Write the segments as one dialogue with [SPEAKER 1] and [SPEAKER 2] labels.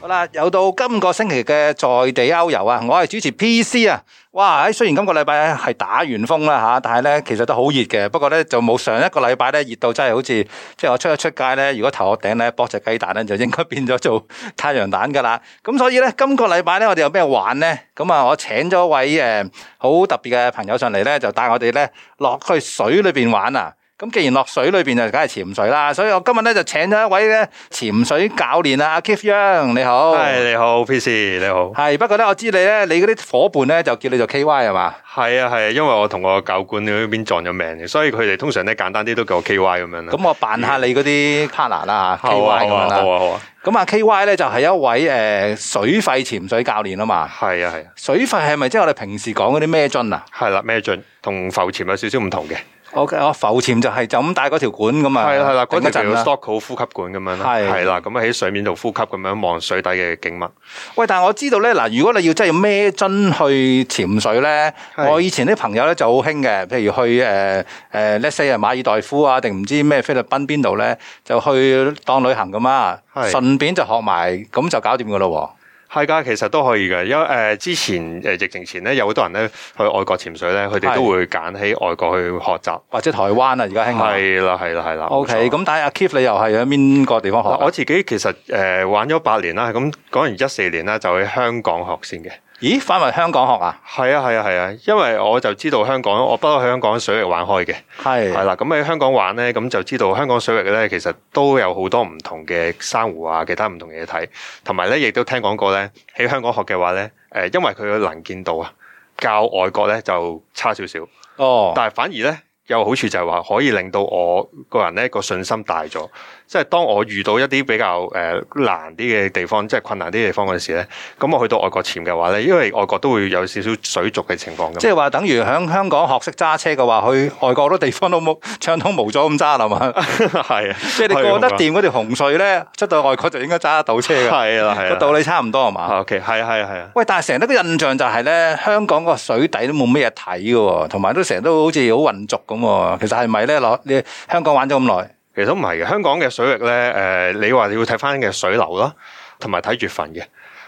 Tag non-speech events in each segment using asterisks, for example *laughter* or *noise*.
[SPEAKER 1] 好啦，又到今個星期嘅在地 Out 遊啊，我係主持 PC 啊。哇，喺雖然今個禮拜係打完風啦吓，但係咧其實都好熱嘅。不過咧就冇上一個禮拜咧熱到真係好似，即係我出一出街咧，如果頭殼頂咧剝隻雞蛋咧，就應該變咗做太陽蛋㗎啦。咁所以咧，今個禮拜咧我哋有咩玩咧？咁啊，我請咗位誒好特別嘅朋友上嚟咧，就帶我哋咧落去水裏邊玩啊！咁既然落水裏邊就梗係潛水啦，所以我今日咧就請咗一位咧潛水教練啊，阿 Keith Young，你好。
[SPEAKER 2] 係你好，PC 你好，
[SPEAKER 1] 係，不過咧，我知你咧，你嗰啲伙伴咧就叫你做 K Y 係嘛？
[SPEAKER 2] 係啊係啊，因為我同我教官嗰邊撞咗命，所以佢哋通常咧簡單啲都叫我 K Y 咁樣啦。
[SPEAKER 1] 咁我扮下你嗰啲 partner 啦嚇，K
[SPEAKER 2] 好啊
[SPEAKER 1] Y 咁樣
[SPEAKER 2] 好啊好
[SPEAKER 1] 啦。
[SPEAKER 2] 啊好啊，
[SPEAKER 1] 咁啊 K Y 咧就係一位誒、呃水肺潛水教練啊嘛。
[SPEAKER 2] 係啊係啊，
[SPEAKER 1] 水肺係咪即係我哋平時講嗰啲咩樽啊
[SPEAKER 2] 係啦，咩進同浮潛有少少唔同嘅，
[SPEAKER 1] ？OK，我浮潛就係就咁帶嗰條管咁啊。
[SPEAKER 2] 係啦係啦，嗰條
[SPEAKER 1] 頂
[SPEAKER 2] 叫
[SPEAKER 1] 陣啦
[SPEAKER 2] stock 好呼吸管咁樣啦，
[SPEAKER 1] 係
[SPEAKER 2] 係啦，咁啊喺水面度呼吸咁樣望水底嘅景物，
[SPEAKER 1] 喂，但係我知道咧，嗱，如果你要真係孭樽去潛水咧，
[SPEAKER 2] 係
[SPEAKER 1] 我以前啲朋友咧就好興嘅，譬如去誒誒、呃 let's say 啊馬爾代夫啊，定唔知咩菲律賓邊度咧，就去當旅行咁啊，
[SPEAKER 2] 係
[SPEAKER 1] 順便就學埋，咁就搞掂噶咯
[SPEAKER 2] 係㗎，其實都可以嘅，因為誒、呃之前誒疫情前咧，有好多人咧去外國潛水咧，佢
[SPEAKER 1] 係
[SPEAKER 2] 哋都會揀喺外國去學習，
[SPEAKER 1] 喎，或者台灣啊，而家興啊。
[SPEAKER 2] 係啦係啦係啦。冇
[SPEAKER 1] O
[SPEAKER 2] 錯
[SPEAKER 1] K，咁但係阿 Keith 你又係喺邊個地方學
[SPEAKER 2] 哦
[SPEAKER 1] 啊
[SPEAKER 2] 嗱，
[SPEAKER 1] 㗎？
[SPEAKER 2] 我自己其實誒、呃玩咗八年啦，咁講完一四年啦，就喺香港學先嘅。
[SPEAKER 1] 咦，翻嚟香港學啊？
[SPEAKER 2] 係啊，係啊，係啊，因為我就知道香港，我不嬲喺香港水域玩開嘅，係
[SPEAKER 1] 係
[SPEAKER 2] 啦。咁喺香港玩咧，咁就知道香港水域咧，其實都有好多唔同嘅珊瑚啊，其他唔同嘅嘢睇，同埋咧亦都聽講過咧，喺香港學嘅話咧，誒、因為佢嘅能見度啊，較外國咧就差少少，
[SPEAKER 1] 哦，
[SPEAKER 2] 但係反而咧。有好處就係話可以令到我個人咧個信心大咗，即係當我遇到一啲比較誒、呃、難啲嘅地方，即係困難啲嘅地方嗰陣時咧，咁我去到外國潛嘅話咧，因為外國都會有少少水族嘅情況㗎嘛
[SPEAKER 1] 即係話等於喺香港學識揸車嘅話，去外國好多地方都冇暢通無阻咁揸啦嘛。
[SPEAKER 2] *laughs* 係啊，
[SPEAKER 1] 即係你過得掂嗰條紅隧咧，出到外國就應該揸得到車嘅，
[SPEAKER 2] 係啦係
[SPEAKER 1] 個
[SPEAKER 2] 啦，
[SPEAKER 1] 道理差唔多係嘛？
[SPEAKER 2] O K 係啊係啊係啊，
[SPEAKER 1] 喂，但係成日都個印象就係咧，香港個水底都冇咩嘢睇嘅喎，同埋都成日都好似好混濁咁喎。其實係咪咧？攞你香港玩咗咁耐，
[SPEAKER 2] 其實都唔係嘅，香港嘅水域咧，誒、你話你要睇翻嘅水流啦，同埋睇月份嘅，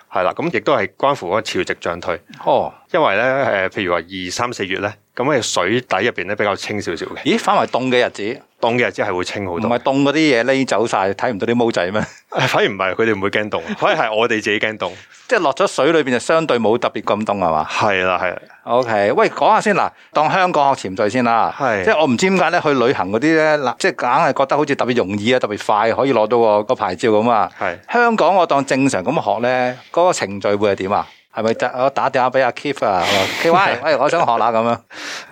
[SPEAKER 2] 係啦，咁亦都係關乎嗰個潮汐漲退，
[SPEAKER 1] 哦，
[SPEAKER 2] 因為咧誒、譬如話二三四月咧，咁喺水底入邊咧比較清少少嘅，
[SPEAKER 1] 咦，反為凍嘅日子，
[SPEAKER 2] 凍嘅日子係會清好
[SPEAKER 1] 唔
[SPEAKER 2] 多
[SPEAKER 1] 係。凍嗰啲嘢匿走晒，睇唔到啲毛仔咩？ *laughs*
[SPEAKER 2] 反而唔係，佢哋唔會 *laughs* 驚凍，反而係我哋自己驚凍。
[SPEAKER 1] 即係落咗水裏邊就相對冇特別咁凍係嘛？
[SPEAKER 2] 係啦，係啦，
[SPEAKER 1] OK，喂，講下先嗱，當香港學潛水先啦，
[SPEAKER 2] 係
[SPEAKER 1] 即係我唔知點解咧，去旅行嗰啲咧，嗱，即係硬係覺得好似特別容易啊，特別快可以攞到個個牌照咁啊。
[SPEAKER 2] 係
[SPEAKER 1] 香港我當正常咁學咧，嗰、個程序會係點啊？係咪打我打電話俾阿 Keith 啊？K
[SPEAKER 2] *laughs*
[SPEAKER 1] Y，喂，我想學啦咁樣。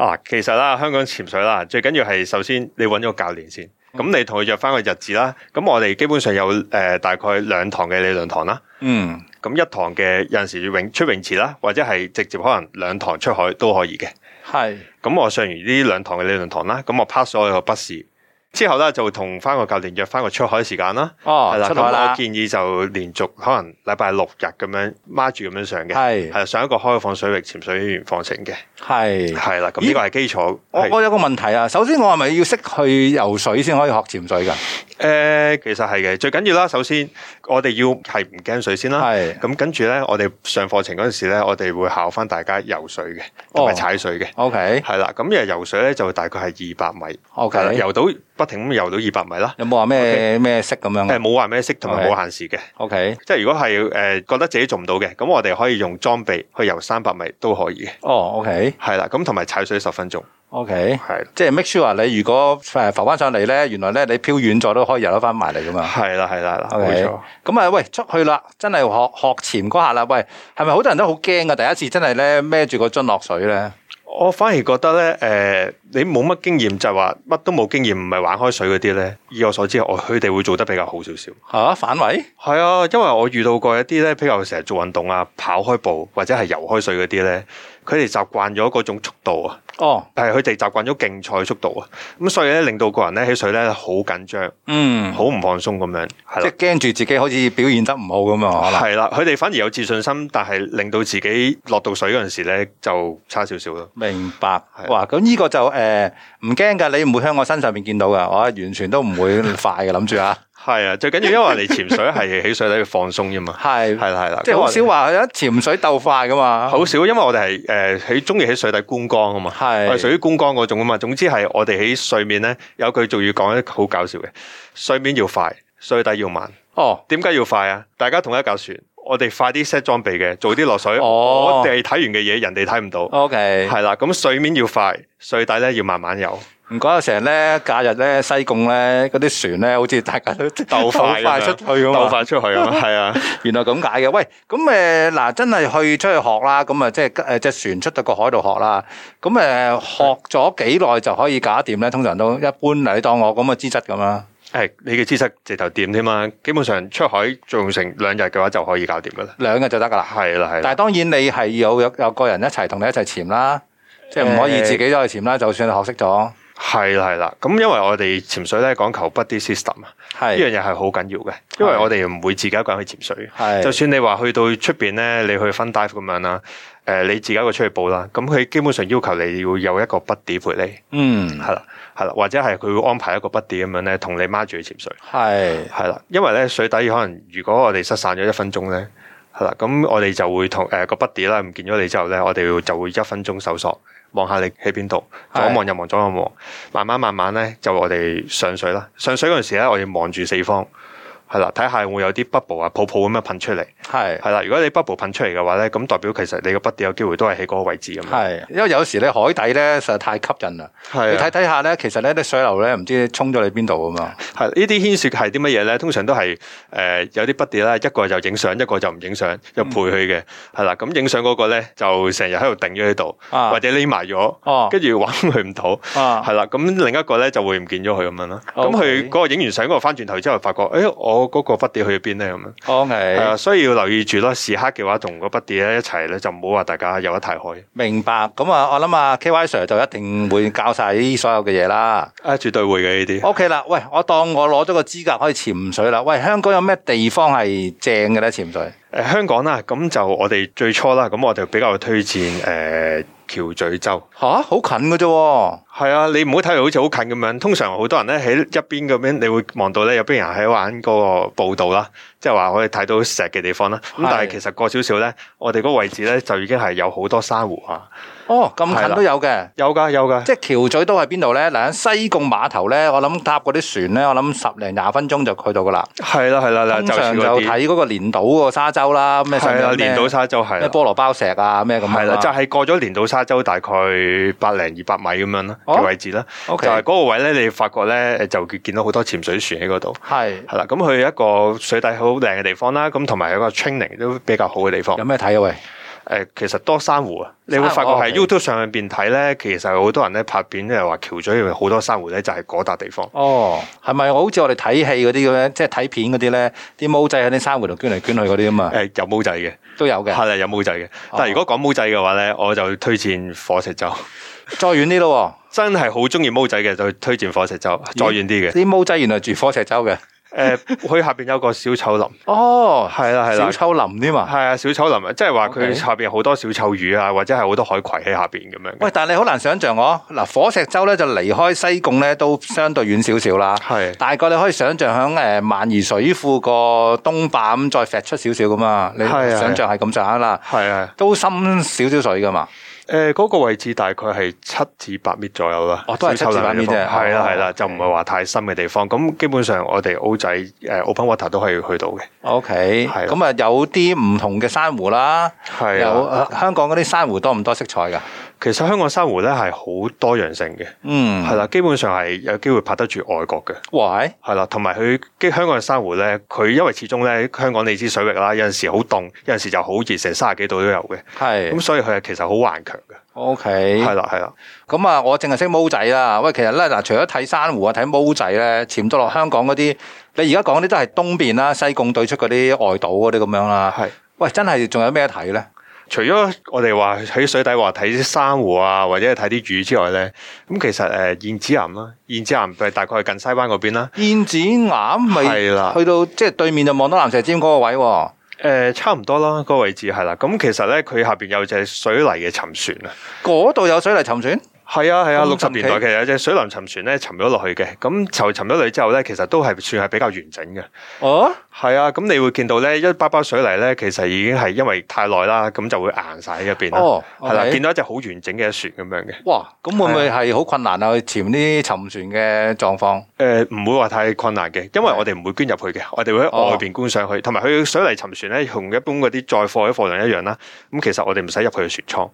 [SPEAKER 2] 啊。其實啦，香港潛水啦，最緊要係首先你揾咗個教練先，咁你同佢約翻個日子啦。咁我哋基本上有誒、呃大概兩堂嘅理論堂啦，
[SPEAKER 1] 嗯，
[SPEAKER 2] 咁一堂嘅有陣時泳出泳池啦，或者係直接可能兩堂出海都可以嘅。
[SPEAKER 1] 係。
[SPEAKER 2] 咁我上完呢兩堂嘅理論堂啦，咁我 pass 咗我個筆試之後咧，就同翻個教練約翻個出海時間啦。
[SPEAKER 1] 哦
[SPEAKER 2] 係，啦，
[SPEAKER 1] 出
[SPEAKER 2] 咁
[SPEAKER 1] 海
[SPEAKER 2] 我
[SPEAKER 1] 啦。
[SPEAKER 2] 建議就連續可能禮拜六日咁樣孖住咁樣上嘅，
[SPEAKER 1] 係
[SPEAKER 2] 係上一個開放水域潛水員課程嘅，
[SPEAKER 1] 係。
[SPEAKER 2] 係啦，咁
[SPEAKER 1] 咦
[SPEAKER 2] 呢個係基礎。
[SPEAKER 1] 我
[SPEAKER 2] 係
[SPEAKER 1] 我有個問題啊，首先我係咪要識去游水先可以學潛水㗎？
[SPEAKER 2] 誒，其實係嘅，最緊要啦，首先我哋要係唔驚水先啦。
[SPEAKER 1] 係。
[SPEAKER 2] 咁跟住咧，我哋上課程嗰陣時咧，我哋會考翻大家游水嘅，同
[SPEAKER 1] 哦
[SPEAKER 2] 埋踩水嘅。
[SPEAKER 1] O K
[SPEAKER 2] 係啦，咁因為游水咧就大概係二百米，
[SPEAKER 1] O
[SPEAKER 2] 係啦
[SPEAKER 1] K，
[SPEAKER 2] 游到不停咁游到二百米啦。
[SPEAKER 1] 有冇話咩咩色咁樣
[SPEAKER 2] 誒冇話咩色同
[SPEAKER 1] 嗯
[SPEAKER 2] 埋
[SPEAKER 1] OK
[SPEAKER 2] 冇限時嘅，
[SPEAKER 1] ？O K。
[SPEAKER 2] 即係如果係誒、呃、覺得自己做唔到嘅，咁我哋可以用裝備去游三百米都可以嘅。
[SPEAKER 1] 哦，OK，OK，、
[SPEAKER 2] 係啦，咁同埋踩水十分鐘，係
[SPEAKER 1] 即係 make sure 你如果誒浮翻上嚟咧，原來咧你漂遠咗都可以游得翻埋嚟噶嘛。
[SPEAKER 2] 係啦，係啦，係啦
[SPEAKER 1] OK
[SPEAKER 2] 冇錯。
[SPEAKER 1] 咁啊，喂，出去啦，真係學學潛嗰下啦，喂，係咪好多人都好驚啊噶？第一次真係咧孭住個樽落水咧，
[SPEAKER 2] 我反而覺得咧，誒、你冇乜經驗就係話乜都冇經驗，唔係玩開水嗰啲咧。以我所知，我佢哋會做得比較好少少。
[SPEAKER 1] 嚇、反胃？
[SPEAKER 2] 係啊，因為我遇到過一啲咧，比較成日做運動啊、跑開步或者係游開水嗰啲咧，佢哋習慣咗嗰種速度啊，
[SPEAKER 1] 哦，
[SPEAKER 2] 係佢哋習慣咗競賽速度啊，咁所以咧令到個人咧喺水咧好緊張，
[SPEAKER 1] 嗯，
[SPEAKER 2] 好唔放鬆咁樣，係
[SPEAKER 1] 即
[SPEAKER 2] 啦
[SPEAKER 1] 係。驚住自己好似表現得唔好咁啊，可能。
[SPEAKER 2] 係啦，佢哋反而有自信心，但係令到自己落到水嗰陣時咧，就差少少咯。
[SPEAKER 1] *laughs* 明白
[SPEAKER 2] 係，
[SPEAKER 1] 哇！咁呢個就誒、诶唔驚㗎，你唔會喺我身上面見到㗎，我啊完全都唔會快嘅諗住啊，
[SPEAKER 2] 係啊，最緊要因為你潛水係起水底放鬆啫嘛，
[SPEAKER 1] *laughs* 係
[SPEAKER 2] 係啦係啦，
[SPEAKER 1] 即係好
[SPEAKER 2] 咁
[SPEAKER 1] 少話有潛水鬥快㗎
[SPEAKER 2] 我哋
[SPEAKER 1] 嘛，
[SPEAKER 2] 好少，因為我哋係诶喺中意喺水底觀光啊嘛。我係屬
[SPEAKER 1] 係
[SPEAKER 2] 於觀光嗰種啊嘛。總之係我哋喺水面咧有句俗語講得好搞笑嘅，水面要快，水底要慢。
[SPEAKER 1] 哦，
[SPEAKER 2] 點解要快啊？大家同一架船，我哋快啲 set 裝備嘅，早啲落水。
[SPEAKER 1] 哦
[SPEAKER 2] 我哋睇完嘅嘢，人哋睇唔到。
[SPEAKER 1] OK，
[SPEAKER 2] 係啦，咁水面要快，水底咧要慢慢游。
[SPEAKER 1] 唔怪得成日咧假日咧西貢咧嗰啲船咧，好似大家都
[SPEAKER 2] 鬥快咁樣啊
[SPEAKER 1] 鬥快出去咁
[SPEAKER 2] 鬥
[SPEAKER 1] 嘛。
[SPEAKER 2] 快出去啊嘛， *laughs* 係啊，
[SPEAKER 1] 原來咁解嘅。喂，咁誒嗱，真係去出去學啦，咁啊即係誒隻船出到個海度學啦。咁啊誒學咗幾耐就可以搞掂咧？通常都一般嚟你當我咁嘅資質咁啊啦。
[SPEAKER 2] 係你嘅知識直頭掂添嘛。基本上出海做成兩日嘅話就可以搞掂噶啦。
[SPEAKER 1] 兩日就得噶啦。
[SPEAKER 2] 係啦係啦，
[SPEAKER 1] 但係當然你係有有有個人一齊同你一齊潛啦，即係唔可以
[SPEAKER 2] 誒
[SPEAKER 1] 自己走去潛啦。就算你學識咗，
[SPEAKER 2] 係啦係啦。咁因為我哋潛水咧講求 buddy system 啊，呢
[SPEAKER 1] 係
[SPEAKER 2] 樣嘢係好緊要嘅，因為我哋唔會自己一個人去潛水。就
[SPEAKER 1] 係
[SPEAKER 2] 算你話去到出邊咧，你去分 dive 咁樣啦，誒、你自己一個出去報啦，咁佢基本上要求你要有一個 buddy 陪你，
[SPEAKER 1] 嗯
[SPEAKER 2] 係啦，係啦，或者係佢會安排一個 buddy 咁樣咧，同你孖住去潛水，
[SPEAKER 1] 係
[SPEAKER 2] 係啦，因為咧水底可能如果我哋失散咗一分鐘咧，係啦，咁我哋就會同呃誒個 buddy 啦唔見咗你之後咧，我哋就會一分鐘搜索，望下你喺邊度，左
[SPEAKER 1] 係
[SPEAKER 2] 望右望左望右望，慢慢慢慢咧就我哋上水啦，上水嗰陣時咧我哋望住四方，係啦，睇下會唔會有啲 bubble 啊泡泡咁樣噴出嚟。
[SPEAKER 1] 係。
[SPEAKER 2] 係啦，如果你 bubble 噴出嚟嘅話咧，咁代表其實你個筆碟有機會都係喺嗰個位置咁樣。
[SPEAKER 1] 係，因為有時咧海底咧實在太吸引啦。你
[SPEAKER 2] 係
[SPEAKER 1] 睇
[SPEAKER 2] 啊，
[SPEAKER 1] 睇下咧，其實咧啲水流咧唔知衝咗你邊度啊嘛。
[SPEAKER 2] 係呢啲牽涉係啲乜嘢咧？通常都係誒、呃有啲筆碟啦，一個就影相，一個就唔影相，就陪佢
[SPEAKER 1] 嗯
[SPEAKER 2] 嘅。係啦，咁影相嗰個咧就成日喺度定咗喺度，
[SPEAKER 1] 啊
[SPEAKER 2] 或者匿埋咗，
[SPEAKER 1] 哦
[SPEAKER 2] 跟住揾佢唔到。
[SPEAKER 1] 啊
[SPEAKER 2] 係啦，咁另一個咧就會唔見咗佢咁樣啦。咁
[SPEAKER 1] OK
[SPEAKER 2] 佢嗰個影完相嗰個翻轉頭之後，發覺誒、欸我嗰個筆碟去咗邊咧咁樣。係啊，
[SPEAKER 1] ，OK，
[SPEAKER 2] 所以要留意住啦。時刻嘅話，同個筆碟咧一齊咧，就唔好話大家游得太開。
[SPEAKER 1] 明白。咁啊，我諗啊，K Y Sir 就一定會教晒呢所有嘅嘢啦。
[SPEAKER 2] 啊，絕對會嘅呢啲。
[SPEAKER 1] OK 啦，喂，我當我攞咗個資格可以潛水啦。喂，香港有咩地方係正嘅咧？潛水
[SPEAKER 2] 誒、香港啦，咁就我哋最初啦，咁我哋比較推薦誒、呃橋咀洲。
[SPEAKER 1] 吓，好近嘅啫喎。哦
[SPEAKER 2] 係啊，你唔好睇佢好似好近咁樣。通常好多人咧喺一邊嗰邊，你會望到咧有邊人喺玩嗰個步道啦，即係話可以睇到石嘅地方啦。咁
[SPEAKER 1] 係
[SPEAKER 2] 但係其實過少少咧，我哋嗰個位置咧就已經係有好多珊瑚啊，
[SPEAKER 1] 哦，咁
[SPEAKER 2] 係
[SPEAKER 1] 近
[SPEAKER 2] 啦
[SPEAKER 1] 都有嘅。
[SPEAKER 2] 有㗎有㗎。
[SPEAKER 1] 即係橋咀都喺邊度咧？嗱，喺西貢碼頭咧，我諗搭嗰啲船咧，我諗十零廿分鐘就去到噶啦。
[SPEAKER 2] 係啦係啦啦，
[SPEAKER 1] 通
[SPEAKER 2] 就
[SPEAKER 1] 常
[SPEAKER 2] 係
[SPEAKER 1] 就
[SPEAKER 2] 嗰啲
[SPEAKER 1] 睇嗰個連島嗰個沙洲啦，咩上
[SPEAKER 2] 係
[SPEAKER 1] 面
[SPEAKER 2] 啦，
[SPEAKER 1] 有咩
[SPEAKER 2] 連島沙洲係
[SPEAKER 1] 咩
[SPEAKER 2] 啦。
[SPEAKER 1] 菠蘿包石啊，咩咁樣
[SPEAKER 2] 係啦，
[SPEAKER 1] 啦。
[SPEAKER 2] 就係過咗連島沙洲大概百零二百米咁樣啦
[SPEAKER 1] 哦
[SPEAKER 2] 嘅位置啦，就
[SPEAKER 1] OK
[SPEAKER 2] 係嗰個位咧，你發覺咧就見到好多潛水船喺嗰度。
[SPEAKER 1] 係
[SPEAKER 2] 係啦，咁佢一個水底好靚嘅地方啦，咁同埋有個 training 都比較好嘅地方。
[SPEAKER 1] 有
[SPEAKER 2] 誒、
[SPEAKER 1] 咩睇啊？喂，
[SPEAKER 2] 呃其實多珊瑚啊，你會
[SPEAKER 1] 珊瑚
[SPEAKER 2] 發覺喺
[SPEAKER 1] 哦
[SPEAKER 2] YouTube 上邊睇咧，其實有好多人咧拍片咧話橋咀有好多珊瑚咧，就係嗰笪地方。
[SPEAKER 1] 哦，係咪好似我哋睇戲嗰啲咁樣，即係睇片嗰啲咧，啲毛仔喺啲珊瑚度捐嚟捐去嗰啲啊哦嘛
[SPEAKER 2] 誒、，呃有毛仔嘅，
[SPEAKER 1] 都有嘅。
[SPEAKER 2] 係啦，有毛仔嘅。但係如果講毛仔嘅話咧，我就推薦火
[SPEAKER 1] *laughs*
[SPEAKER 2] 石洲。
[SPEAKER 1] 再遠啲咯
[SPEAKER 2] 真係好中意毛仔嘅，就推薦火石洲。再遠
[SPEAKER 1] 喎， *laughs*
[SPEAKER 2] 啲嘅，
[SPEAKER 1] 啲毛仔原來住火石洲嘅。
[SPEAKER 2] 誒，佢下邊有個小丑林，
[SPEAKER 1] 哦，
[SPEAKER 2] 係啦係
[SPEAKER 1] 小，
[SPEAKER 2] 啦
[SPEAKER 1] 秋林添嘛。
[SPEAKER 2] 係啊，小丑林，即係話佢
[SPEAKER 1] OK
[SPEAKER 2] 下邊好多小丑魚啊，或者係好多海葵喺下邊咁樣嘅。
[SPEAKER 1] 喂，但係你好難想象我嗱，火石洲咧就離開西貢咧都相對遠少少啦。
[SPEAKER 2] 係。
[SPEAKER 1] 大概你可以想象響誒萬宜水庫個東壩咁再揈出少少噶嘛，你
[SPEAKER 2] 係啊
[SPEAKER 1] 想象係咁上下啦，
[SPEAKER 2] 係啊，
[SPEAKER 1] 都深少少水噶嘛。
[SPEAKER 2] 呃誒嗰、個位置大概係七至八米左右啦。
[SPEAKER 1] 哦都係
[SPEAKER 2] 小丑林嘅地
[SPEAKER 1] 7至8
[SPEAKER 2] 方
[SPEAKER 1] 米啫
[SPEAKER 2] 係啦係
[SPEAKER 1] 哦
[SPEAKER 2] 啦，就唔係話太深嘅地方。咁基本上我哋 O 仔誒、Open Water 都可以去到嘅。
[SPEAKER 1] OK，
[SPEAKER 2] 係啦
[SPEAKER 1] 咁啊有啲唔同嘅珊瑚啦，
[SPEAKER 2] 係
[SPEAKER 1] 有
[SPEAKER 2] 啊，
[SPEAKER 1] 呃香港嗰啲珊瑚多唔多色彩噶？
[SPEAKER 2] 其實香港珊瑚咧係好多樣性嘅，
[SPEAKER 1] 嗯，
[SPEAKER 2] 係啦、基本上係有機會拍得住外國嘅。
[SPEAKER 1] 喂，
[SPEAKER 2] 係啦，同埋佢基香港嘅珊瑚咧，佢因為始終咧香港你知水域啦，有陣時好凍，有陣時就好熱，成三十幾度都有嘅。咁
[SPEAKER 1] 係
[SPEAKER 2] 所以佢係其實好頑強嘅。
[SPEAKER 1] OK，
[SPEAKER 2] 係啦係啦，
[SPEAKER 1] 咁啊，我淨係識毛仔啦。喂，其實咧嗱，除咗睇珊瑚啊，睇毛仔咧，潛咗落香港嗰啲，你而家講啲都係東邊啦，西貢對出嗰啲外島嗰啲咁樣啦。
[SPEAKER 2] 係。
[SPEAKER 1] 喂，真啊係仲有咩睇咧？
[SPEAKER 2] 除咗我哋話喺水底話睇啲珊瑚啊，或者係睇啲魚之外咧，咁其實誒、呃、燕子岩啦，燕子岩大概係近西灣嗰邊啦，
[SPEAKER 1] 燕子岩咪
[SPEAKER 2] 係啦
[SPEAKER 1] 去到即係啊對面就望到藍石尖嗰個位喎。
[SPEAKER 2] 誒、呃差唔多啦，嗰個位置係啦。咁其實咧，佢下邊有隻水泥嘅沉船啊，
[SPEAKER 1] 嗰度有水嚟沉船？
[SPEAKER 2] 係啊係啊，六十
[SPEAKER 1] 咁
[SPEAKER 2] 年代其實有隻水林沉船咧沉咗落去嘅，咁就沉咗落去之後咧，其實都係算係比較完整嘅。
[SPEAKER 1] 哦，
[SPEAKER 2] 係啊，咁你會見到咧一包包水泥咧，其實已經係因為太耐啦，咁就會硬晒喺入邊啦。
[SPEAKER 1] 哦，
[SPEAKER 2] 係啦，
[SPEAKER 1] OK
[SPEAKER 2] 見到一隻好完整嘅船咁樣嘅。
[SPEAKER 1] 哇，咁會唔會係好困難啊？去潛啲沉船嘅狀況？
[SPEAKER 2] 誒呃唔、會話太困難嘅，因為
[SPEAKER 1] 係
[SPEAKER 2] 我哋唔會捐入去嘅，我哋會喺
[SPEAKER 1] 哦
[SPEAKER 2] 外邊觀賞佢，同埋佢水泥沉船咧，同一般嗰啲載貨嘅貨量一樣啦。咁其實我哋唔使入去船艙，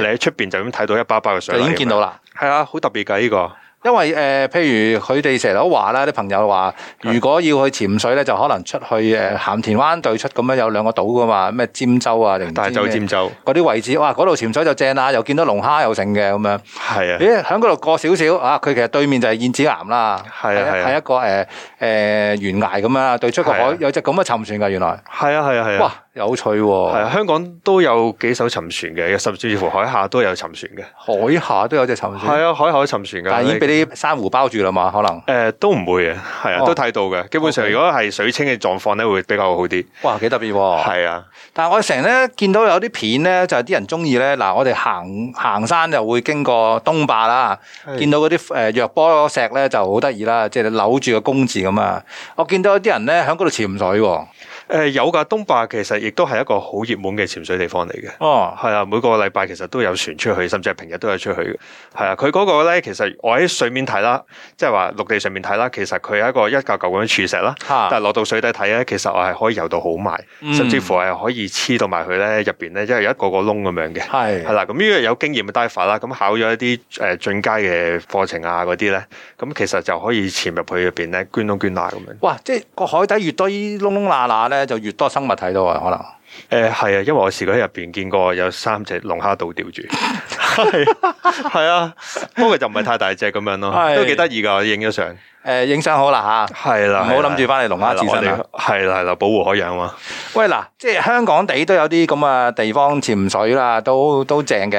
[SPEAKER 2] 你
[SPEAKER 1] 係
[SPEAKER 2] 喺出邊就咁睇到一包包嘅水
[SPEAKER 1] 就
[SPEAKER 2] 泥
[SPEAKER 1] 已
[SPEAKER 2] 咁樣，
[SPEAKER 1] 經見到啦。
[SPEAKER 2] 係啊，好特別㗎呢個。
[SPEAKER 1] 因為誒、呃譬如佢哋成日都話啦，啲朋友話，
[SPEAKER 2] 係
[SPEAKER 1] 如果要去潛水咧，就可能出去誒鹹田灣對出咁樣有兩個島噶嘛，咩尖洲啊，定唔知
[SPEAKER 2] 但係就
[SPEAKER 1] 咩
[SPEAKER 2] 佔就
[SPEAKER 1] 嗰啲位置，哇！嗰度潛水就正啦，又見到龍蝦又剩嘅咁樣。
[SPEAKER 2] 係啊，
[SPEAKER 1] 咦，喺嗰度過少少啊，佢其實對面就係燕子岩啦，
[SPEAKER 2] 係啊係啊
[SPEAKER 1] 係一個呃誒誒懸崖咁樣啦，對出個
[SPEAKER 2] 係
[SPEAKER 1] 海
[SPEAKER 2] 啊
[SPEAKER 1] 有隻咁嘅沉船㗎，原來，
[SPEAKER 2] 係啊，係啊，係啊。
[SPEAKER 1] 哇，有趣
[SPEAKER 2] 係
[SPEAKER 1] 喎，
[SPEAKER 2] 啊，香港都有幾艘沉船嘅，甚至乎海下都有沉船嘅。
[SPEAKER 1] 海下都有隻沉船，
[SPEAKER 2] 係啊，海下都沉船㗎。
[SPEAKER 1] 但係已經
[SPEAKER 2] 你
[SPEAKER 1] 俾啲珊瑚包住啦嘛，可能，
[SPEAKER 2] 誒、都唔會嘅，係啊，
[SPEAKER 1] 哦
[SPEAKER 2] 都睇到嘅。基本上，
[SPEAKER 1] OK
[SPEAKER 2] 如果係水清嘅狀況咧，會比較好啲。
[SPEAKER 1] 哇，幾特別喎。
[SPEAKER 2] 係啊，
[SPEAKER 1] 但係我成日咧見到有啲片咧，就係啲人中意咧。嗱，我哋行行山就會經過東壩啦，
[SPEAKER 2] 係
[SPEAKER 1] 見到嗰啲誒弱波石咧就好得意啦，即係扭住個公字咁啊！我見到有啲人咧喺嗰度潛水喎。
[SPEAKER 2] 誒、呃有㗎。東壩其實亦都係一個好熱門嘅潛水地方嚟嘅。
[SPEAKER 1] 哦，
[SPEAKER 2] 係啊，每個禮拜其實都有船出去，甚至係平日都有出去嘅。係啊，佢嗰個咧，其實我喺水面睇啦，即係話陸地上面睇啦，其實佢係一個一嚿嚿咁樣柱石啦。
[SPEAKER 1] 嚇
[SPEAKER 2] 但係落到水底睇咧，其實我係可以游到好埋，
[SPEAKER 1] 啊嗯
[SPEAKER 2] 甚至乎係可以黐到埋佢咧入邊咧，因為有一個個窿咁樣嘅。係
[SPEAKER 1] 係
[SPEAKER 2] 啦，咁呢個有經驗嘅 diver 啦，咁考咗一啲誒進階嘅課程啊嗰啲咧，咁其實就可以潛入去入邊咧捐窿捐罅咁樣。
[SPEAKER 1] 哇！即係個海底越多依窿窿罅罅咧，就越多生物睇到啊！可能
[SPEAKER 2] 誒係啊，因為我試過喺入邊見過有三隻龍蝦倒吊住，係係啊，不過就唔係太大隻咁樣咯，
[SPEAKER 1] 係
[SPEAKER 2] 都幾得意㗎，我影咗相。
[SPEAKER 1] 誒影相好啦嚇，
[SPEAKER 2] 係啦，
[SPEAKER 1] 唔好諗住翻嚟龍蝦自身啦。
[SPEAKER 2] 啊，係啦係啦，保護海洋啊嘛。
[SPEAKER 1] 喂嗱，即係香港地都有啲咁嘅地方潛水啦，都都正嘅。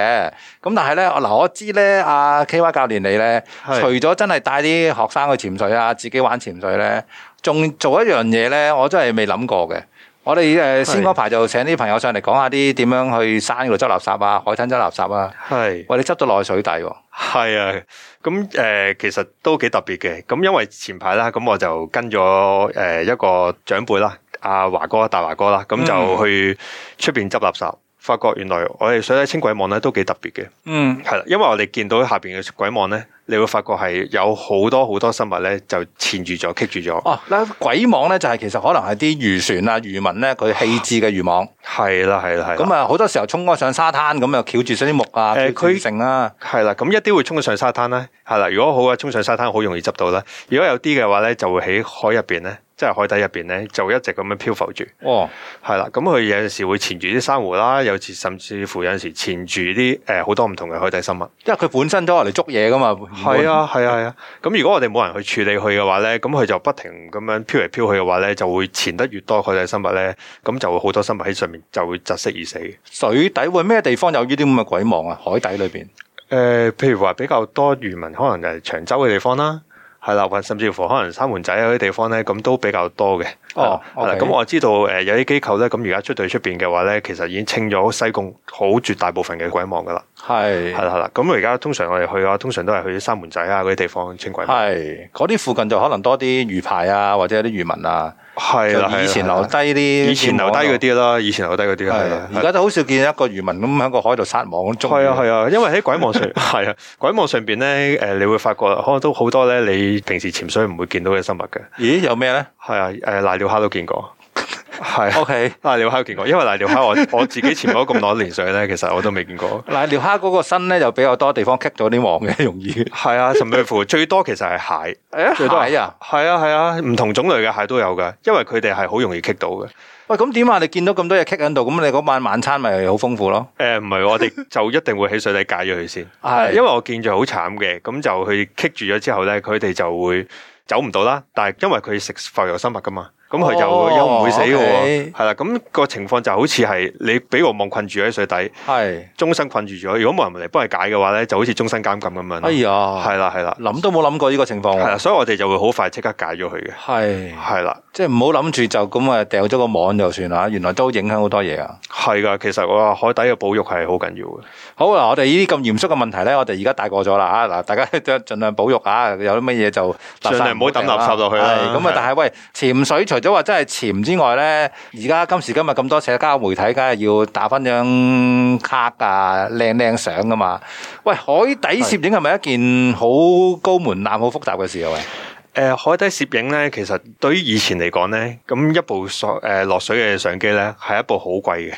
[SPEAKER 1] 咁但係咧，我嗱我知咧，阿 K Y 教練你咧，
[SPEAKER 2] 係
[SPEAKER 1] 除咗真係帶啲學生去潛水啊，自己玩潛水咧，仲做一樣嘢咧，我真係未諗過嘅。我哋誒先嗰排就請啲朋友上嚟講下啲點樣去山嗰度執垃圾啊，海灘執垃圾啊。
[SPEAKER 2] 係。
[SPEAKER 1] 喂，你執到落去水底喎，
[SPEAKER 2] 係啊，咁誒、呃其實都幾特別嘅。咁因為前排啦，咁我就跟咗誒、呃一個長輩啦，阿華哥、大華哥啦，咁就去出邊執垃圾。發覺原來我哋水底清鬼網咧都幾特別嘅，
[SPEAKER 1] 嗯，
[SPEAKER 2] 係啦，因為我哋見到下邊嘅鬼網咧，你會發覺係有好多好多生物咧就纏住咗、棘住咗，
[SPEAKER 1] 哦，嗱，鬼網咧就係其實可能係啲漁船啊、漁民咧佢棄置嘅漁網，
[SPEAKER 2] 係啦係啦係啦，
[SPEAKER 1] 咁啊好多時候衝開上沙灘咁又翹住啲木啊、
[SPEAKER 2] 誒
[SPEAKER 1] 翹住
[SPEAKER 2] 佢
[SPEAKER 1] 剩啊。
[SPEAKER 2] 係啦，咁一啲會衝上沙灘啦，係啦，如果好嘅衝上沙灘好容易執到啦，如果有啲嘅話咧就會喺海入邊咧，即係海底入邊咧就一直咁樣漂浮住。
[SPEAKER 1] 哦，
[SPEAKER 2] 係啦，咁佢有陣時會纏住啲珊瑚啦，有時甚至乎有陣時纏住啲誒好多唔同嘅海底生物。
[SPEAKER 1] 因為佢本身都係嚟捉嘢噶嘛。
[SPEAKER 2] 係啊，係啊，係啊。咁如果我哋冇人去處理佢嘅話咧，咁佢就不停咁樣飄嚟飄去嘅話咧，就會纏得越多海底生物咧，咁就會好多生物喺上面就會窒息而死。誒、
[SPEAKER 1] 本身，水底會咩地方有呢啲咁嘅鬼網啊？海底裏邊。
[SPEAKER 2] 譬如話比較多漁民可能就係長洲嘅地方啦。係啦，或甚至乎可能三門仔嗰啲地方咧，咁都比較多嘅。啊
[SPEAKER 1] 哦
[SPEAKER 2] 係啦
[SPEAKER 1] OK
[SPEAKER 2] 咁我知道誒有啲機構咧，咁而家出到去出邊嘅話咧，其實已經清咗西貢好絕大部分嘅鬼網噶啦。
[SPEAKER 1] 係
[SPEAKER 2] 係啦係啦，咁而家通常我哋去啊，通常都係去啲三門仔啊嗰啲地方清鬼門。
[SPEAKER 1] 係，嗰啲附近就可能多啲魚排啊，或者有啲漁民啊，
[SPEAKER 2] 係啦，
[SPEAKER 1] 就以前留低
[SPEAKER 2] 係啦
[SPEAKER 1] 啲，啊
[SPEAKER 2] 以前留低嗰。啲啦，以前留低嗰啲啦係啦
[SPEAKER 1] 係，而。家都好少見一個漁民咁喺個海度撒網咁捉魚。
[SPEAKER 2] 係啊係啊，因為喺鬼網上係啊，鬼網上邊咧誒，你會發覺可能都好多咧，你平時潛水唔會見到嘅生物嘅。
[SPEAKER 1] 咦，有咩咧
[SPEAKER 2] 係啊，誒瀨尿蝦都見過，係啊 *laughs*
[SPEAKER 1] ？O K，
[SPEAKER 2] 瀨尿蝦都見過，因為瀨尿蝦我 *laughs* 我自己潛咗咁多年水咧，其實我都未見過。
[SPEAKER 1] 嗱，撩蝦嗰個身咧就比較多地方棘咗啲網嘅，容易。
[SPEAKER 2] 係啊，甚至乎最多其實係蟹，
[SPEAKER 1] *laughs* 誒
[SPEAKER 2] 最多
[SPEAKER 1] 蟹啊！
[SPEAKER 2] 係啊係啊，唔同種類嘅蟹都有㗎，因為佢哋係好容易棘到嘅。
[SPEAKER 1] 喂，咁點啊？你見到咁多嘢棘喺度，咁你嗰晚晚餐咪好豐富咯？
[SPEAKER 2] 呃誒唔係，
[SPEAKER 1] *laughs*
[SPEAKER 2] 我哋就一定會喺水底解咗佢先，
[SPEAKER 1] 係
[SPEAKER 2] 因為我見住好慘嘅，咁就佢棘住咗之後咧，佢哋就會走唔到啦。但係因為佢食浮游生物噶嘛，咁佢就
[SPEAKER 1] 哦
[SPEAKER 2] 又唔會死嘅
[SPEAKER 1] OK
[SPEAKER 2] 喎。係啦，咁個情況就好似係你俾個網困住喺水底，
[SPEAKER 1] 係，
[SPEAKER 2] 終身困住咗。如果冇人嚟幫佢解嘅話咧，就好似終身監禁咁樣
[SPEAKER 1] 哎
[SPEAKER 2] 咯。
[SPEAKER 1] 呀，哦
[SPEAKER 2] 係啦係啦，
[SPEAKER 1] 諗都冇諗過呢個情況
[SPEAKER 2] 係啦，
[SPEAKER 1] 喎。
[SPEAKER 2] 所以我哋就會好快即刻解咗佢嘅。
[SPEAKER 1] 係，
[SPEAKER 2] 係啦，
[SPEAKER 1] 即係唔好諗住就咁啊掉咗個網就算啦，原來都影響好多嘢啊！
[SPEAKER 2] 係噶，其實我話海底嘅保育係好緊要嘅。
[SPEAKER 1] 好啦，我哋呢啲咁嚴肅嘅問題咧，我哋而家大個咗啦啊嚇，嗱，大家盡量保育啊，有啲乜嘢就垃圾
[SPEAKER 2] 盡量唔好抌垃圾落去啦
[SPEAKER 1] 係咁啊
[SPEAKER 2] 係，
[SPEAKER 1] 但係喂，潛水除咗話真係潛之外咧，而家今時今日咁多社交媒體，梗係要打翻張卡啊，靚靚相噶嘛。喂，海底攝影係咪一件好高門檻、好複雜嘅事啊？喂，
[SPEAKER 2] 誒、呃海底攝影咧，其實對於以前嚟講咧，咁一部所誒、落水嘅相機咧，係一部好貴嘅，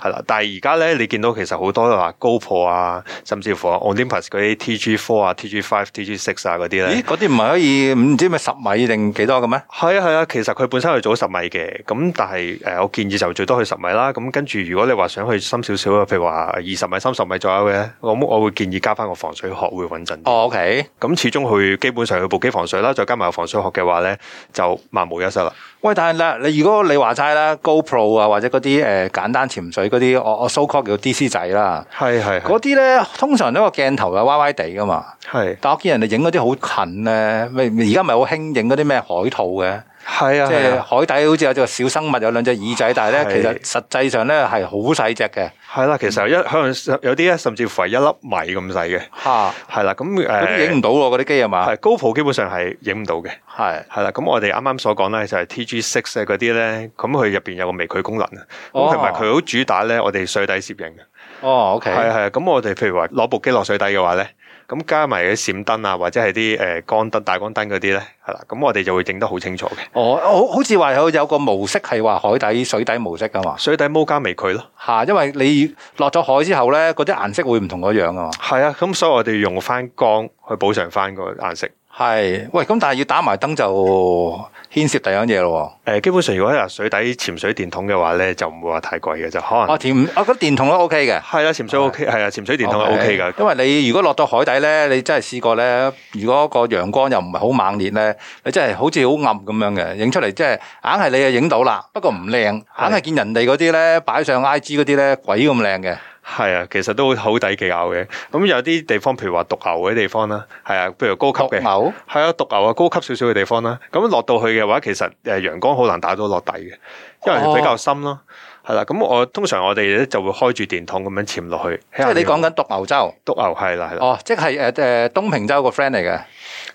[SPEAKER 2] 係啦。但係而家咧，你見到其實好多都話 GoPro 啊，甚至乎 Olympus 嗰啲 TG Four 啊、TG Five、TG Six 啊嗰啲
[SPEAKER 1] 咦，
[SPEAKER 2] 咧，
[SPEAKER 1] 嗰啲唔係可以唔知咪十米定幾多嘅咩？
[SPEAKER 2] 係啊係啊，其實佢本身係做十米嘅，咁但係誒、呃我建議就最多去十米啦。咁跟住如果你話想去深少少啊，譬如話二十米、三十米左右嘅，咁我會建議加翻個防水殼會穩陣啲。
[SPEAKER 1] 哦，OK。
[SPEAKER 2] 咁始終佢基本上佢部機防水啦，再加埋個防水殼嘅話咧，就萬無一失啦。
[SPEAKER 1] 喂，但係啦，你如果你話齋啦，GoPro 啊，或者嗰啲誒簡單潛水嗰啲，我我 so called 叫 DC 仔啦，
[SPEAKER 2] 係係
[SPEAKER 1] 嗰啲咧通常都個鏡頭係歪歪地噶嘛。
[SPEAKER 2] 係
[SPEAKER 1] 但我見人哋影嗰啲好近咧，咪咪而家咪好興影嗰啲咩海兔嘅，
[SPEAKER 2] 係啊，
[SPEAKER 1] 即
[SPEAKER 2] 係
[SPEAKER 1] 係
[SPEAKER 2] 啊
[SPEAKER 1] 海底好似有隻小生物有兩隻耳仔，但係咧其實
[SPEAKER 2] 係
[SPEAKER 1] 實際上咧係好細隻嘅
[SPEAKER 2] 係啦，其實一向有啲咧，甚至乎係一粒米咁細嘅，
[SPEAKER 1] 嚇，
[SPEAKER 2] 係啦，咁
[SPEAKER 1] 嗰啲影
[SPEAKER 2] 誒
[SPEAKER 1] 唔到喎，嗰啲機係嘛？
[SPEAKER 2] 係高普基本上係影唔到嘅，
[SPEAKER 1] 係
[SPEAKER 2] 係啦，咁我哋啱啱所講咧就係 TG Six 嗰啲咧，咁佢入邊有個微距功能啊，
[SPEAKER 1] 哦
[SPEAKER 2] 咁同埋佢好主打咧，我哋水底攝影嘅，
[SPEAKER 1] 哦，OK，
[SPEAKER 2] 係啊係，咁我哋譬如話攞部機落水底嘅話咧。咁加埋啲閃燈啊，或者係啲誒光燈、大光燈嗰啲咧，係啦，咁我哋就會影得好清楚嘅。
[SPEAKER 1] 哦，好好似話有有個模式係話海底水底模式噶嘛
[SPEAKER 2] 水底毛加微距咯，
[SPEAKER 1] 嚇，因為你落咗海之後咧，嗰啲顏色會唔同嗰樣啊嘛。
[SPEAKER 2] 係啊，咁所以我哋用翻光去補償翻個顏色。
[SPEAKER 1] 係，喂，咁但係要打埋燈就牽涉第二樣嘢咯
[SPEAKER 2] 誒，基本上如果係水底潛水電筒嘅話咧，就唔會話太貴嘅，就可
[SPEAKER 1] 喎。
[SPEAKER 2] 能
[SPEAKER 1] 哦，電，我覺得電筒都 OK 嘅。
[SPEAKER 2] 係啦，潛水 OK，係啊，潛啊水電
[SPEAKER 1] 哦
[SPEAKER 2] 筒係 OK 噶，
[SPEAKER 1] 因為你如果落到海底咧，你真係試過咧，如果個陽光又唔係好猛烈咧，你真係好似好暗咁樣嘅，影出嚟即係硬係你又影到啦，不過唔靚，硬係見人哋嗰啲咧擺上 I G 嗰啲咧鬼咁靚嘅，
[SPEAKER 2] 係啊，其實都好抵技巧嘅。咁有啲地方，譬如話獨牛嘅地方啦，係啊，譬如高級
[SPEAKER 1] 焗
[SPEAKER 2] 嘅，
[SPEAKER 1] 牛
[SPEAKER 2] 係啊，獨牛啊，高級少少嘅地方啦。咁落到去嘅話，其實誒陽光好難打到落底嘅，因
[SPEAKER 1] 哦
[SPEAKER 2] 為比較深咯。係啦，咁我通常我哋咧就會開住電筒咁樣潛落去。即
[SPEAKER 1] 即係你講緊獨牛洲，
[SPEAKER 2] 獨牛係啦，係啦，
[SPEAKER 1] 哦，即係誒誒東平洲個 friend 嚟嘅，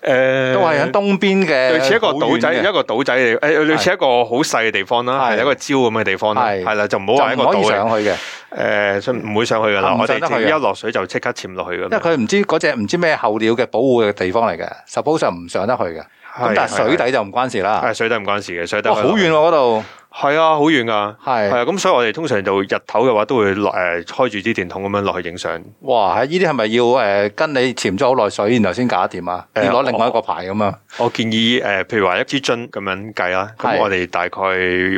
[SPEAKER 2] 誒
[SPEAKER 1] 都係喺啊東邊嘅，
[SPEAKER 2] 類似一個
[SPEAKER 1] 島
[SPEAKER 2] 島仔，一個島仔嚟，誒類似一個好細嘅地方啦，
[SPEAKER 1] 係
[SPEAKER 2] 係一個礁咁嘅地方啦，
[SPEAKER 1] 係
[SPEAKER 2] 係啦，就唔好話一
[SPEAKER 1] 就
[SPEAKER 2] 個
[SPEAKER 1] 唔可以
[SPEAKER 2] 島
[SPEAKER 1] 上
[SPEAKER 2] 嚟。
[SPEAKER 1] 去嘅，
[SPEAKER 2] 誒，所以唔會上去噶
[SPEAKER 1] 啊
[SPEAKER 2] 啦，
[SPEAKER 1] 唔
[SPEAKER 2] 我
[SPEAKER 1] 上得去嘅
[SPEAKER 2] 哋一落水就即刻潛落去
[SPEAKER 1] 因為
[SPEAKER 2] 咁樣。
[SPEAKER 1] 佢唔知嗰隻唔知咩候鳥嘅保護嘅地方嚟嘅，suppose 就唔上得去嘅，咁
[SPEAKER 2] 係
[SPEAKER 1] 但係水，
[SPEAKER 2] 係
[SPEAKER 1] 底就唔關事啦
[SPEAKER 2] 係，水底唔關事嘅，水底
[SPEAKER 1] 哇，好遠喎嗰度，
[SPEAKER 2] 係啊，好遠噶。係
[SPEAKER 1] 係。
[SPEAKER 2] 啊，咁所以我哋通常就日頭嘅話都會落誒開住啲電筒咁樣落去影
[SPEAKER 1] 哦
[SPEAKER 2] 相。
[SPEAKER 1] 哇！喺呢啲係咪要誒、呃跟你潛咗好耐水，然後先搞掂啊？要
[SPEAKER 2] 誒
[SPEAKER 1] 攞另外一個牌咁啊？
[SPEAKER 2] 我建議誒，譬如話一支樽咁樣計啦，
[SPEAKER 1] 係
[SPEAKER 2] 咁我哋大概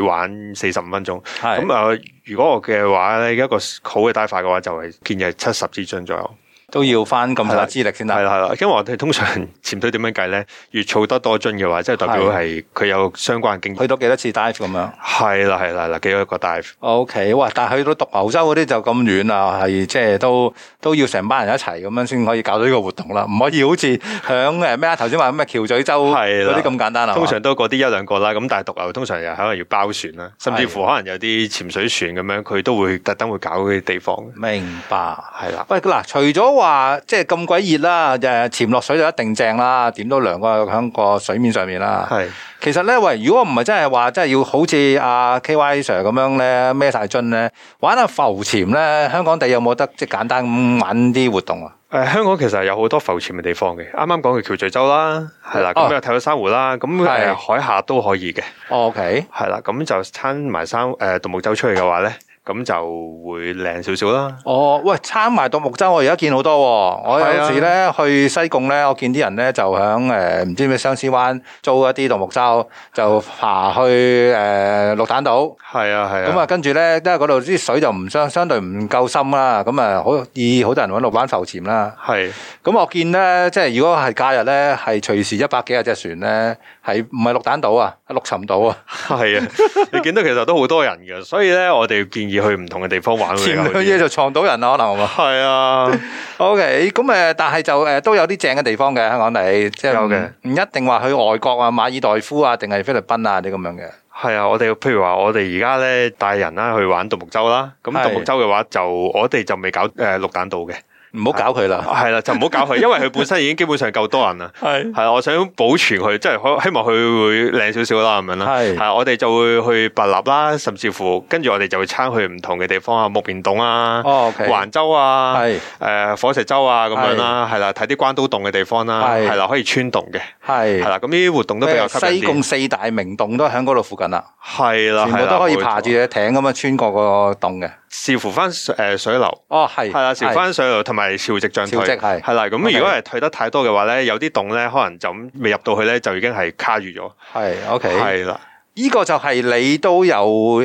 [SPEAKER 2] 玩四十五分鐘。
[SPEAKER 1] 係
[SPEAKER 2] 咁啊，如果我嘅話咧，一個好嘅 diver 嘅話就係建議係七十支樽左右。
[SPEAKER 1] 都要翻咁上下資歷先
[SPEAKER 2] 係
[SPEAKER 1] 得。
[SPEAKER 2] 啦係啦，因為我哋 *laughs* 通常潛水點樣計咧，越儲得多樽嘅話，即係代表係佢有相關嘅經驗。
[SPEAKER 1] 去到幾多次 dive 咁樣
[SPEAKER 2] 係啦係啦係啦，幾多個 dive
[SPEAKER 1] ？OK，哇！但係去到獨牛洲嗰啲就咁遠啦，係即係都都要成班人一齊咁樣先可以搞到呢個活動啦，唔可以好似響誒咩啊？頭先話咩橋咀洲
[SPEAKER 2] 係
[SPEAKER 1] 嗰
[SPEAKER 2] 啦
[SPEAKER 1] 啲咁簡單啊？
[SPEAKER 2] 通常都嗰啲一兩個啦，咁但係獨牛通常又可能要包船啦，甚至乎可能有啲潛水船咁樣，佢都會特登會搞嗰啲地方嘅。
[SPEAKER 1] 明白。
[SPEAKER 2] 係啦，
[SPEAKER 1] 喂，嗱，除咗話即係咁鬼熱啦，誒潛落水就一定正啦，點都涼過響個水面上面啦。
[SPEAKER 2] 係
[SPEAKER 1] 其實咧，喂，如果唔係真係話，真係要好似阿 K Y Sir 咁樣咧，孭晒樽咧，玩下浮潛咧，香港地有冇得即係簡單咁玩啲活動啊？
[SPEAKER 2] 誒、香港其實有好多浮潛嘅地方嘅，啱啱講嘅橋咀洲啦，係啦，
[SPEAKER 1] 哦
[SPEAKER 2] 咁又睇到珊瑚啦，咁誒、
[SPEAKER 1] 係
[SPEAKER 2] 海下都可以嘅，
[SPEAKER 1] 哦，OK，
[SPEAKER 2] 係啦，咁就撐埋珊誒獨木舟出去嘅話咧，咁就會靚少少啦。
[SPEAKER 1] 哦，喂，撐埋獨木舟，啊我而家見好多、喎。我
[SPEAKER 2] 係
[SPEAKER 1] 有
[SPEAKER 2] 啊
[SPEAKER 1] 時咧去西貢咧，我見啲人咧就響誒唔知咩相思灣租一啲獨木舟，就爬去誒、呃、綠蛋島。
[SPEAKER 2] 係啊係啊，
[SPEAKER 1] 咁啊，跟住咧，因為嗰度啲水就唔相相對唔夠深啦，咁啊，好易好多人揾度玩浮潛啦。
[SPEAKER 2] 係
[SPEAKER 1] 咁我見咧，即係如果係假日咧，係隨時一百幾廿隻船咧，係唔係綠蛋島啊，係綠沉島啊，
[SPEAKER 2] 係啊，你見到其實都好多人嘅，所以咧我哋建議去唔同嘅地方玩會
[SPEAKER 1] 前
[SPEAKER 2] 比較
[SPEAKER 1] 兩
[SPEAKER 2] 好啲
[SPEAKER 1] 嘢就撞到人啦，可能係嘛
[SPEAKER 2] 係啊，
[SPEAKER 1] ？OK，咁誒，但係就誒都有啲正嘅地方嘅，香港你即係
[SPEAKER 2] 有嘅
[SPEAKER 1] 唔唔一定話去外國啊，馬爾代夫啊，定係菲律賓啊啲咁樣嘅。
[SPEAKER 2] 係啊，我哋譬如話，我哋而家咧帶人啦去玩獨木舟啦，咁
[SPEAKER 1] 係
[SPEAKER 2] 獨木舟嘅話就我哋就未搞誒綠蛋島嘅，
[SPEAKER 1] 唔好搞佢啦。
[SPEAKER 2] 係啦，就唔好搞
[SPEAKER 1] *laughs*
[SPEAKER 2] 佢，因為佢本身已經基本上夠多人啦。
[SPEAKER 1] 系
[SPEAKER 2] *laughs* 係啊，我想保存佢，即係可希望佢會靚少少啦，咁樣啦。
[SPEAKER 1] 係
[SPEAKER 2] 係啊，我哋就會去白立啦，甚至乎跟住我哋就會撐去唔同嘅地方啊，木棉洞啊、
[SPEAKER 1] 哦，OK，
[SPEAKER 2] 環洲啊、
[SPEAKER 1] 係
[SPEAKER 2] 誒火石洲啊咁樣啦，係啦，睇啲關刀洞嘅地方啦，
[SPEAKER 1] 係
[SPEAKER 2] 係啦，可以穿洞嘅，係
[SPEAKER 1] 係
[SPEAKER 2] 啦，咁呢啲活動都比較吸
[SPEAKER 1] 西
[SPEAKER 2] 引啲
[SPEAKER 1] 貢。四大名洞都喺嗰度附近啦，
[SPEAKER 2] 係啦，
[SPEAKER 1] 全部
[SPEAKER 2] 係啦
[SPEAKER 1] 都可以
[SPEAKER 2] 冇
[SPEAKER 1] 爬
[SPEAKER 2] 錯
[SPEAKER 1] 住隻艇咁樣穿過個洞嘅。
[SPEAKER 2] 視乎翻誒水流。
[SPEAKER 1] 哦，係
[SPEAKER 2] 係啊啦，潮
[SPEAKER 1] 係
[SPEAKER 2] 翻水流同埋潮汐漲退，
[SPEAKER 1] 潮汐係
[SPEAKER 2] 係啦。咁
[SPEAKER 1] OK
[SPEAKER 2] 如果係退得太多嘅話咧，有啲洞咧可能就咁未入到去咧，就已經係卡住咗。
[SPEAKER 1] 係 OK。
[SPEAKER 2] 係啦，
[SPEAKER 1] 呢個就係你都有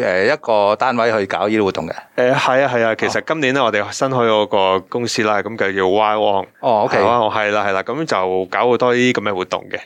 [SPEAKER 2] 呃
[SPEAKER 1] 誒一個單位去搞呢啲活動嘅。
[SPEAKER 2] 誒係啊係啊。
[SPEAKER 1] 哦
[SPEAKER 2] 其實今年咧，我哋新開嗰個公司啦，咁就叫 Y On。
[SPEAKER 1] 哦，OK，
[SPEAKER 2] 係啊係啦係啦，咁就搞好多呢啲咁嘅活動嘅。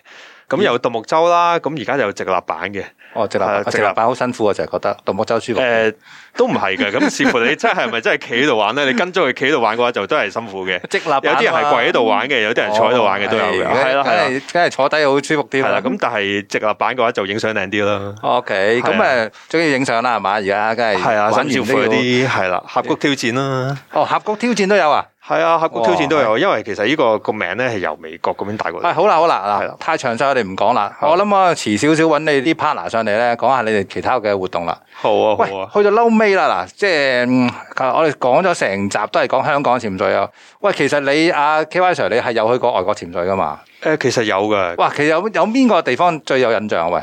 [SPEAKER 2] 咁
[SPEAKER 1] 嗯
[SPEAKER 2] 有獨木舟啦，咁而家有直立板嘅。
[SPEAKER 1] 哦，直立
[SPEAKER 2] 係啊
[SPEAKER 1] 板，
[SPEAKER 2] 直
[SPEAKER 1] 直
[SPEAKER 2] 立
[SPEAKER 1] 立板好辛苦啊，就係覺得獨木舟舒服。
[SPEAKER 2] 誒呃都唔係嘅，咁視乎你真係咪真係企喺度玩咧？你跟咗佢企喺度玩嘅話，就真係辛苦嘅。
[SPEAKER 1] 直立板
[SPEAKER 2] 有啲人係跪喺度玩嘅，有啲人坐喺度玩嘅都有嘅。哦係啦係
[SPEAKER 1] 梗
[SPEAKER 2] 啦。
[SPEAKER 1] 係梗係坐低好舒服啲
[SPEAKER 2] 系
[SPEAKER 1] 啦。
[SPEAKER 2] 啦，咁但係直立板嘅話就影相靚啲啦。
[SPEAKER 1] OK，咁
[SPEAKER 2] 係啊
[SPEAKER 1] 誒，最緊要影相啦，係嘛？而家梗係
[SPEAKER 2] 係啊，
[SPEAKER 1] 玩
[SPEAKER 2] 甚
[SPEAKER 1] 完
[SPEAKER 2] 至乎
[SPEAKER 1] 都
[SPEAKER 2] 嗰
[SPEAKER 1] 要
[SPEAKER 2] 啲係啦，峽谷挑戰啦，
[SPEAKER 1] 哦，峽谷挑戰都有啊。
[SPEAKER 2] 係啊，峽谷挑戰都有，因為其實呢個個名咧係由美國嗰邊帶過
[SPEAKER 1] 啊，
[SPEAKER 2] 嚟。
[SPEAKER 1] 好啦好
[SPEAKER 2] 係
[SPEAKER 1] 啦，
[SPEAKER 2] 啦
[SPEAKER 1] 嗱，太詳細我哋唔講啦。
[SPEAKER 2] 好
[SPEAKER 1] 我諗啊，遲少少揾你啲 partner 上嚟咧，講下你哋其他嘅活動啦。
[SPEAKER 2] 好啊，
[SPEAKER 1] 喂，
[SPEAKER 2] 好啊，
[SPEAKER 1] 去到嬲尾啦，嗱，即係嗯我哋講咗成集都係講香港潛水啊。喂，其實你阿 K Y Sir 你係有去過外國潛水噶嘛？
[SPEAKER 2] 誒呃其實有噶，
[SPEAKER 1] 哇，其實有有邊個地方最有印象啊？喂，
[SPEAKER 2] 誒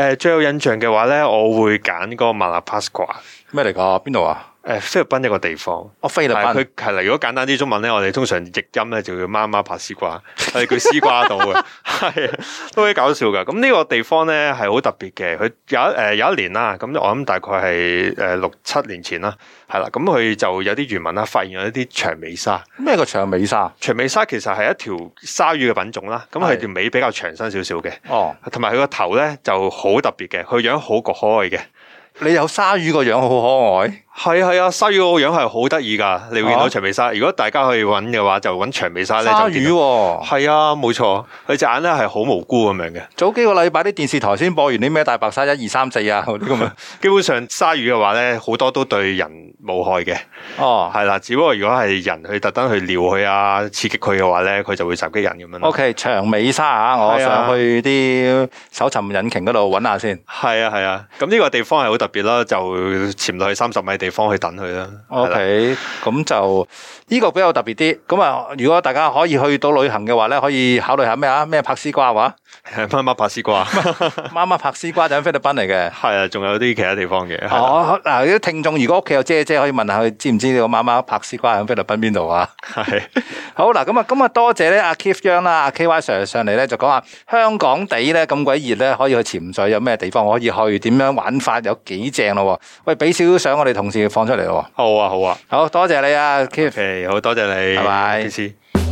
[SPEAKER 2] 呃最有印象嘅話咧，我會揀嗰個馬拉帕斯瓜，
[SPEAKER 1] 咩嚟㗎？邊度啊？
[SPEAKER 2] 誒菲律賓一個地方。
[SPEAKER 1] 哦，菲律
[SPEAKER 2] 但
[SPEAKER 1] 賓
[SPEAKER 2] 係佢。係啦，如果簡單啲中文咧，我哋通常譯音咧就叫媽媽拍絲瓜， *laughs* 我哋叫絲瓜島嘅，係啊都幾搞笑噶。咁呢個地方咧係好特別嘅，佢有一誒有一年啦，咁我諗大概係誒六七年前啦，係啦，咁佢就有啲漁民啦發現咗一啲長尾鯊。
[SPEAKER 1] 咩個長尾沙？
[SPEAKER 2] 長尾鯊其實係一條鯊魚嘅品種啦，咁佢
[SPEAKER 1] 係
[SPEAKER 2] 條尾比較長身少少嘅，
[SPEAKER 1] 哦，
[SPEAKER 2] 同埋佢個頭咧就好特別嘅，佢樣好可愛嘅。
[SPEAKER 1] 你有鯊魚個樣好可愛。
[SPEAKER 2] 係係啊，鯊魚個樣係好得意噶，你會見到
[SPEAKER 1] 啊
[SPEAKER 2] 長尾鯊。如果大家去揾嘅話，就揾長尾鯊咧
[SPEAKER 1] 鯊
[SPEAKER 2] 啊就見
[SPEAKER 1] 魚
[SPEAKER 2] 到。
[SPEAKER 1] 喎，
[SPEAKER 2] 係啊，冇錯，佢隻眼咧係好無辜咁樣嘅。
[SPEAKER 1] 早幾個禮拜啲電視台先播完啲咩大白鯊一二三四啊嗰啲
[SPEAKER 2] *laughs*
[SPEAKER 1] 咁啊。
[SPEAKER 2] 基本上鯊魚嘅話咧，好多都對人冇害嘅，
[SPEAKER 1] 哦，
[SPEAKER 2] 係啦。只不過如果係人去特登去撩佢啊，刺激佢嘅話咧，佢就會襲擊人咁樣咯。
[SPEAKER 1] O K，長尾沙啊，我
[SPEAKER 2] 係啊
[SPEAKER 1] 上去啲搜尋引擎嗰度揾下先。
[SPEAKER 2] 係啊係啊，咁呢個地方係好特別啦，就潛落去三十米地方去等佢啦。
[SPEAKER 1] O
[SPEAKER 2] 係啦
[SPEAKER 1] K，咁就呢個比較特別啲。咁啊，如果大家可以去到旅行嘅話咧，可以考慮下咩啊？咩拍絲瓜
[SPEAKER 2] *laughs*
[SPEAKER 1] 話，
[SPEAKER 2] 係乜乜白
[SPEAKER 1] *laughs*
[SPEAKER 2] 絲瓜，
[SPEAKER 1] 媽媽拍絲瓜就喺菲律賓嚟嘅。
[SPEAKER 2] 係啊，仲有啲其他地方嘅。係啊啦
[SPEAKER 1] 哦，嗱，啲聽眾如果屋企有姐姐，可以問下佢知唔知呢個媽媽拍絲瓜喺菲律賓邊度啊？
[SPEAKER 2] 係
[SPEAKER 1] 好嗱，咁啊，今日多謝咧阿 Keith Young 啦，阿 KY Sir 上嚟咧就講下香港地咧咁鬼熱咧，可以去潛水，有咩地方可以去，點樣玩法，有幾正咯喎？喂，俾少少相我哋同事放出嚟咯
[SPEAKER 2] 好啊好啊
[SPEAKER 1] 喎。好多謝你啊，Keith。
[SPEAKER 2] ，OK，好多謝你，
[SPEAKER 1] 拜拜
[SPEAKER 2] PC